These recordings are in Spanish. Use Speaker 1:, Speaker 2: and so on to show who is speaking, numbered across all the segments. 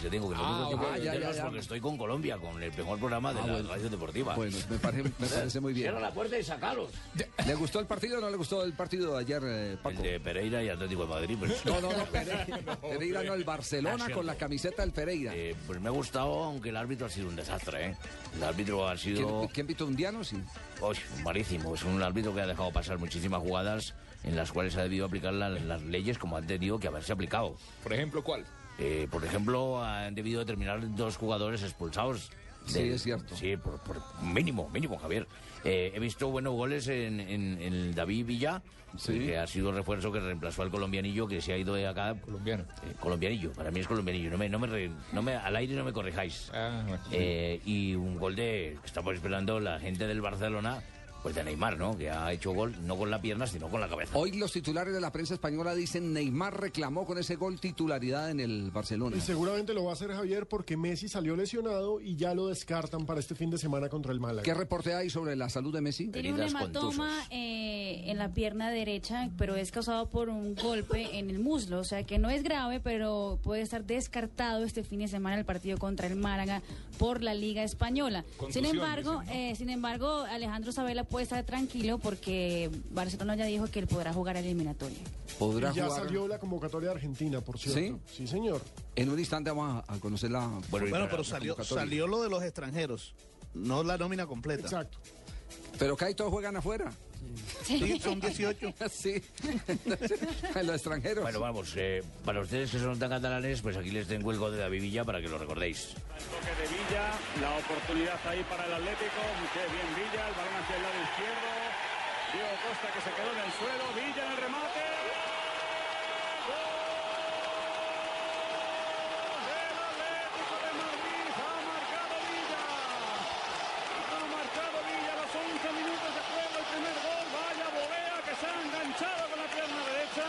Speaker 1: que tengo que no tengo tiempo
Speaker 2: Ah, ok,
Speaker 1: para
Speaker 2: ya, ya,
Speaker 1: atenderlos
Speaker 2: ya. Ah,
Speaker 1: porque estoy con Colombia, con el mejor programa de la radio deportiva.
Speaker 2: Bueno, me parece, me parece muy bien.
Speaker 1: Cierra la puerta y sacalos.
Speaker 2: ¿Le gustó el partido o no le gustó el partido de ayer, eh,
Speaker 1: El
Speaker 2: Paco?
Speaker 1: de Pereira y Atlético de Madrid. Pues,
Speaker 2: No, no, no, Pereira, Pereira no, el Barcelona con la camiseta del Pereira.
Speaker 1: eh, pues me ha gustado, aunque el árbitro ha sido un desastre. ¿eh? El árbitro ha sido
Speaker 2: ¿Quién, ¿Quién pitó un diano? Sí.
Speaker 1: uy, malísimo. Es un árbitro que ha dejado pasar muchísimas jugadas en las cuales ha debido aplicar la- las leyes como han tenido que haberse aplicado.
Speaker 3: Por ejemplo, ¿cuál?
Speaker 1: Eh, por ejemplo, han debido terminar dos jugadores expulsados.
Speaker 2: Sí, es cierto.
Speaker 1: Sí, por, por mínimo, mínimo, Javier. Eh, he visto buenos goles en, en- en el David Villa,
Speaker 2: Sí.
Speaker 1: que ha sido el refuerzo que reemplazó al colombianillo que se ha ido de acá.
Speaker 3: Colombiano.
Speaker 1: Eh, colombianillo, para mí es colombianillo. No me, no me, re- no me- al aire no me corrijáis.
Speaker 3: Ah, bueno.
Speaker 1: Eh, y un gol de, que estamos esperando la gente del Barcelona, pues de Neymar, ¿no? Que ha hecho gol no con la pierna, sino con la cabeza.
Speaker 2: Hoy los titulares de la prensa española dicen Neymar reclamó con ese gol titularidad en el Barcelona.
Speaker 4: Y seguramente lo va a hacer Javier porque Messi salió lesionado y ya lo descartan para este fin de semana contra el Málaga.
Speaker 2: ¿Qué reporte hay sobre la salud de Messi?
Speaker 5: Tiene un
Speaker 1: Heridas
Speaker 5: hematoma
Speaker 1: contusas.
Speaker 5: eh, en la pierna derecha, pero es causado por un golpe en el muslo. O sea que no es grave, pero puede estar descartado este fin de semana el partido contra el Málaga por la Liga Española. Sin
Speaker 3: Contusión,
Speaker 5: embargo,
Speaker 3: dicen,
Speaker 5: eh, sin embargo, Alejandro Sabela puede estar tranquilo porque Barcelona ya dijo que él podrá jugar la eliminatoria.
Speaker 2: ¿Podrá
Speaker 4: Y ya
Speaker 2: jugar?
Speaker 4: salió la convocatoria de Argentina, por cierto. Sí, señor.
Speaker 2: En un instante vamos a, a conocer la...
Speaker 1: y
Speaker 6: Bueno,
Speaker 1: para-
Speaker 6: pero salió,
Speaker 2: convocatoria.
Speaker 6: salió lo de los extranjeros, no la nómina completa.
Speaker 4: Exacto.
Speaker 2: Pero Kai, todos juegan afuera.
Speaker 6: Sí, son 18.
Speaker 2: Sí, en los extranjeros.
Speaker 1: Bueno, vamos, eh, para ustedes que son tan catalanes, pues aquí les tengo el gol de David Villa para que lo recordéis.
Speaker 7: Toque de Villa, la oportunidad ahí para el Atlético, qué bien Villa, el balón hacia el lado izquierdo, Diego Costa que se quedó en el suelo, Villa en el remate. ¡Gol del Atlético de Madrid! ¡Ha marcado Villa! ¡Ha marcado Villa a los 11 minutos de juego el primer gol! ¡Vaya volea que se ha enganchado con la pierna derecha!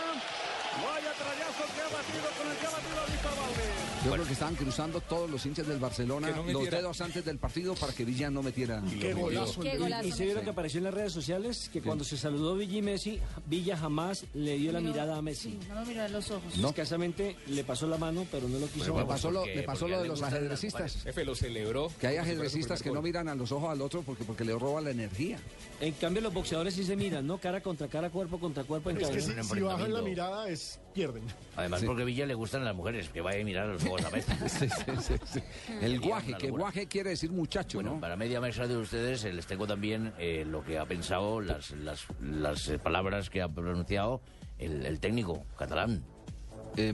Speaker 7: ¡Vaya trayazo que ha batido con el que ha batido a Víctor Valdés!
Speaker 2: Yo creo que estaban cruzando todos los hinchas del Barcelona
Speaker 3: Que no
Speaker 2: los
Speaker 3: metiera.
Speaker 2: dedos antes del partido para que Villa no metiera.
Speaker 4: Qué
Speaker 3: Ah,
Speaker 4: golazo.
Speaker 5: Qué
Speaker 4: el-
Speaker 5: golazo.
Speaker 8: Y se vieron que apareció en las redes sociales que cuando se saludó Villa y Messi, Villa jamás le dio la mirada a Messi.
Speaker 5: Sí, no lo miró a los ojos.
Speaker 8: Escasamente le pasó la mano, pero no lo quiso.
Speaker 2: Le
Speaker 1: Vamos,
Speaker 2: pasó lo,
Speaker 1: porque-
Speaker 2: le pasó
Speaker 1: porque
Speaker 2: lo
Speaker 1: a él
Speaker 2: de
Speaker 1: le
Speaker 2: los
Speaker 1: gustan las
Speaker 2: ajedrecistas.
Speaker 3: Jefe, lo celebró.
Speaker 2: Que hay
Speaker 3: como si fuera su
Speaker 2: ajedrecistas que no
Speaker 3: primer
Speaker 2: miran a los ojos al otro porque, porque le roba la energía.
Speaker 8: En cambio, los boxeadores sí se miran, ¿no? Cara contra cara, cuerpo contra cuerpo. En
Speaker 4: Es que
Speaker 8: cabeza.
Speaker 4: si,
Speaker 1: un
Speaker 4: si bajan la
Speaker 1: enfrentamiento.
Speaker 4: mirada, es pierden.
Speaker 1: Además, porque a Villa le gustan las mujeres, que vaya a mirar a los juegos a mesa.
Speaker 2: Sí, sí, sí, sí. El
Speaker 1: Sería
Speaker 2: guaje,
Speaker 1: Mm. una
Speaker 2: que
Speaker 1: locura.
Speaker 2: guaje quiere decir muchacho,
Speaker 1: Bueno,
Speaker 2: ¿no?
Speaker 1: para media mesa de ustedes eh, les tengo también eh, lo que ha pensado, las, las, las, eh, palabras que ha pronunciado el, el técnico catalán.
Speaker 2: Eh,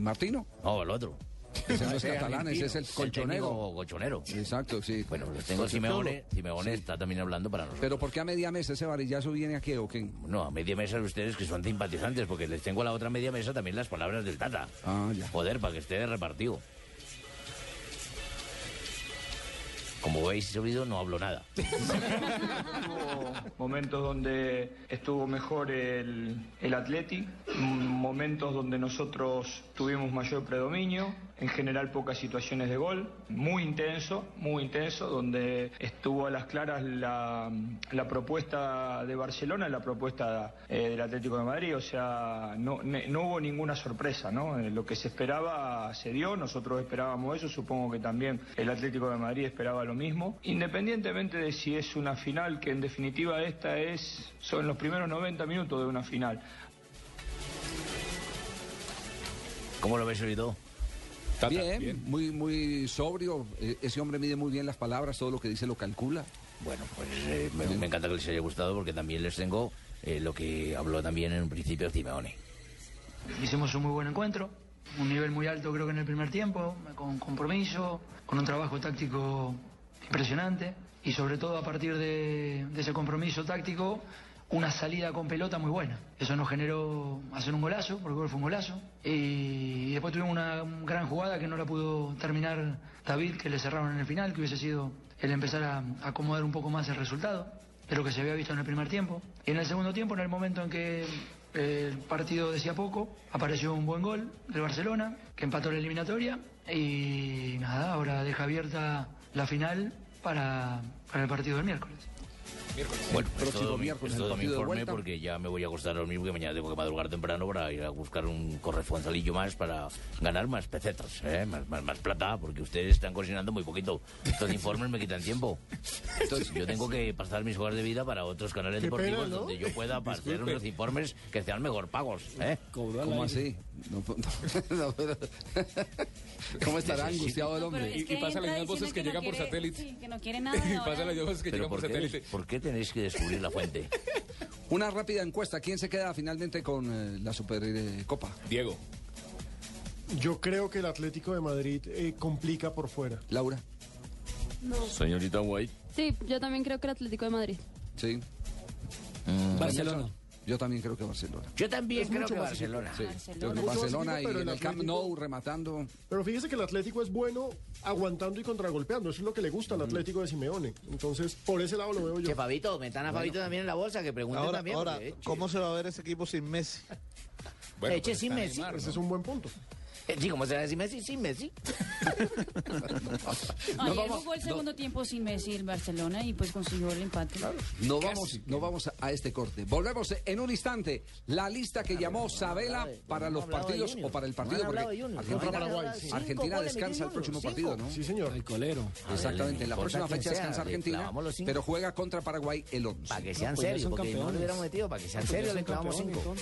Speaker 2: Martino,
Speaker 1: No, el otro.
Speaker 2: ese no es
Speaker 3: Ese
Speaker 2: catalán, ese es el
Speaker 1: El
Speaker 2: colchonero.
Speaker 1: técnico colchonero.
Speaker 2: Exacto, sí.
Speaker 1: Bueno, les tengo a Simeone. Simeone está también hablando para nosotros.
Speaker 2: Pero ¿por qué a media mesa ese varillazo viene aquí o qué?
Speaker 1: No, a media mesa de ustedes que son simpatizantes, porque les tengo a la otra media mesa también las palabras del Tata.
Speaker 2: Ah, ya.
Speaker 1: Joder, para que esté repartido. Como veis, oído, no hablo nada.
Speaker 7: Hubo momentos donde estuvo mejor el, el Atleti, m- momentos donde nosotros tuvimos mayor predominio, en general pocas situaciones de gol, muy intenso, muy intenso, donde estuvo a las claras la, la propuesta de Barcelona, y la propuesta eh, del Atlético de Madrid, o sea, no, ne- no hubo ninguna sorpresa, ¿no? Eh, Lo que se esperaba se dio, nosotros esperábamos eso, supongo que también el Atlético de Madrid esperaba lo mismo. Independientemente de si es una final, que en definitiva esta es, son los primeros 90 minutos de una final.
Speaker 1: ¿Cómo lo ves, oído?
Speaker 3: gol. Tata,
Speaker 2: Bien, muy muy sobrio. Eh, Ese hombre mide muy bien las palabras, todo lo que dice lo calcula.
Speaker 1: Bueno, pues eh, me, me encanta que les haya gustado porque también les tengo eh, lo que habló también en un principio Simeone.
Speaker 7: Hicimos un muy buen encuentro, un nivel muy alto creo que en el primer tiempo, con compromiso, con un trabajo táctico impresionante. y sobre todo a partir de, de ese compromiso táctico, una salida con pelota muy buena. Eso nos generó hacer un golazo, porque el gol fue un golazo. Y después tuvimos una gran jugada que no la pudo terminar David, que le cerraron en el final, que hubiese sido el empezar a a acomodar un poco más el resultado de lo que se había visto en el primer tiempo. Y en el segundo tiempo, en el momento en que eh, el partido decía poco, apareció un buen gol del Barcelona, que empató la eliminatoria. Y nada, ahora deja abierta la final para, para el partido del miércoles.
Speaker 1: Bueno, pues
Speaker 2: Próximo
Speaker 1: es todo mi-
Speaker 2: miércoles,
Speaker 1: es
Speaker 2: el
Speaker 1: todo mi
Speaker 2: partido de
Speaker 1: informe
Speaker 2: vuelta.
Speaker 1: porque ya me voy a acostar a dormir porque mañana tengo que madrugar temprano para ir a buscar un corresponsalillo más para ganar más pesetas, ¿eh? más, más, más plata, porque ustedes están cocinando muy poquito. Estos informes me quitan tiempo. Entonces, yo tengo que pasar mis horas de vida para otros canales
Speaker 4: Qué pena,
Speaker 1: deportivos
Speaker 4: ¿no?
Speaker 1: donde yo pueda hacer unos informes que sean mejor pagos. ¿eh?
Speaker 2: ¿Cómo así? No, pues, no, no, pero- ¿Cómo estará angustiado el
Speaker 5: No, pero
Speaker 2: hombre?
Speaker 5: es
Speaker 3: Y- y pasa las
Speaker 5: entra
Speaker 3: mismas voces
Speaker 5: diciendo
Speaker 3: que llegan
Speaker 5: no
Speaker 3: por
Speaker 5: quiere-
Speaker 3: satélite.
Speaker 5: sí, que no quiere nada. de
Speaker 3: Y pasa
Speaker 5: ahora.
Speaker 3: las llamadas que
Speaker 1: Pero
Speaker 3: llegan por
Speaker 1: ¿por qué,
Speaker 3: satélite.
Speaker 1: ¿por qué tenéis que descubrir la fuente?
Speaker 2: Una rápida encuesta. ¿Quién se queda finalmente con eh, la Supercopa?
Speaker 3: Diego.
Speaker 4: Yo creo que el Atlético de Madrid eh, complica por fuera.
Speaker 2: Laura.
Speaker 9: Señorita White.
Speaker 10: Sí, yo también creo que el Atlético de Madrid.
Speaker 2: Sí. Eh,
Speaker 8: Barcelona.
Speaker 2: Yo también creo que Barcelona.
Speaker 1: Yo también
Speaker 4: Es
Speaker 1: creo
Speaker 4: mucho
Speaker 1: que
Speaker 4: más equipo.
Speaker 1: Barcelona.
Speaker 2: Sí. Yo creo que
Speaker 4: Mucho más
Speaker 2: Barcelona y
Speaker 4: equipo, pero
Speaker 2: en
Speaker 4: el
Speaker 2: el Camp
Speaker 4: Atlético-
Speaker 2: Nou rematando.
Speaker 4: Pero fíjese que el Atlético es bueno aguantando y contragolpeando. Eso es lo que le gusta al Atlético de Simeone. Entonces, por ese lado lo veo yo.
Speaker 1: Che, Fabito, metan a Fabito también en la bolsa, que pregunten
Speaker 6: Ahora,
Speaker 1: también.
Speaker 6: ahora,
Speaker 1: porque, eh,
Speaker 6: ¿cómo se va a ver ese equipo sin Messi?
Speaker 3: Bueno,
Speaker 1: Eche
Speaker 3: pues
Speaker 1: sin
Speaker 3: está
Speaker 1: Messi.
Speaker 3: Neymar,
Speaker 4: Ese
Speaker 3: ¿no?
Speaker 4: es un buen punto.
Speaker 1: eh, Sí, ¿cómo se va a decir Messi? Sí, Messi.
Speaker 5: Ayer
Speaker 2: vamos-
Speaker 5: jugó el segundo tiempo sin Messi el Barcelona y pues consiguió el empate.
Speaker 2: No vamos, no vamos a este corte. Volvemos en un instante. La lista que llamó Sabela para los partidos o para el partido. porque Argentina, Argentina descansa el próximo partido, ¿no?
Speaker 4: Sí, señor.
Speaker 8: El colero.
Speaker 2: Exactamente. La
Speaker 1: Importa
Speaker 2: próxima
Speaker 1: quién
Speaker 2: fecha
Speaker 1: sea,
Speaker 2: descansa
Speaker 1: le
Speaker 2: Argentina,
Speaker 1: clavamos los cinco.
Speaker 2: pero juega contra Paraguay el 11.
Speaker 1: Para que sean
Speaker 8: pues ya
Speaker 1: serios,
Speaker 8: son
Speaker 1: porque no
Speaker 8: campeones.
Speaker 1: lo hubiéramos metido, para que sean serios, le clavamos cinco.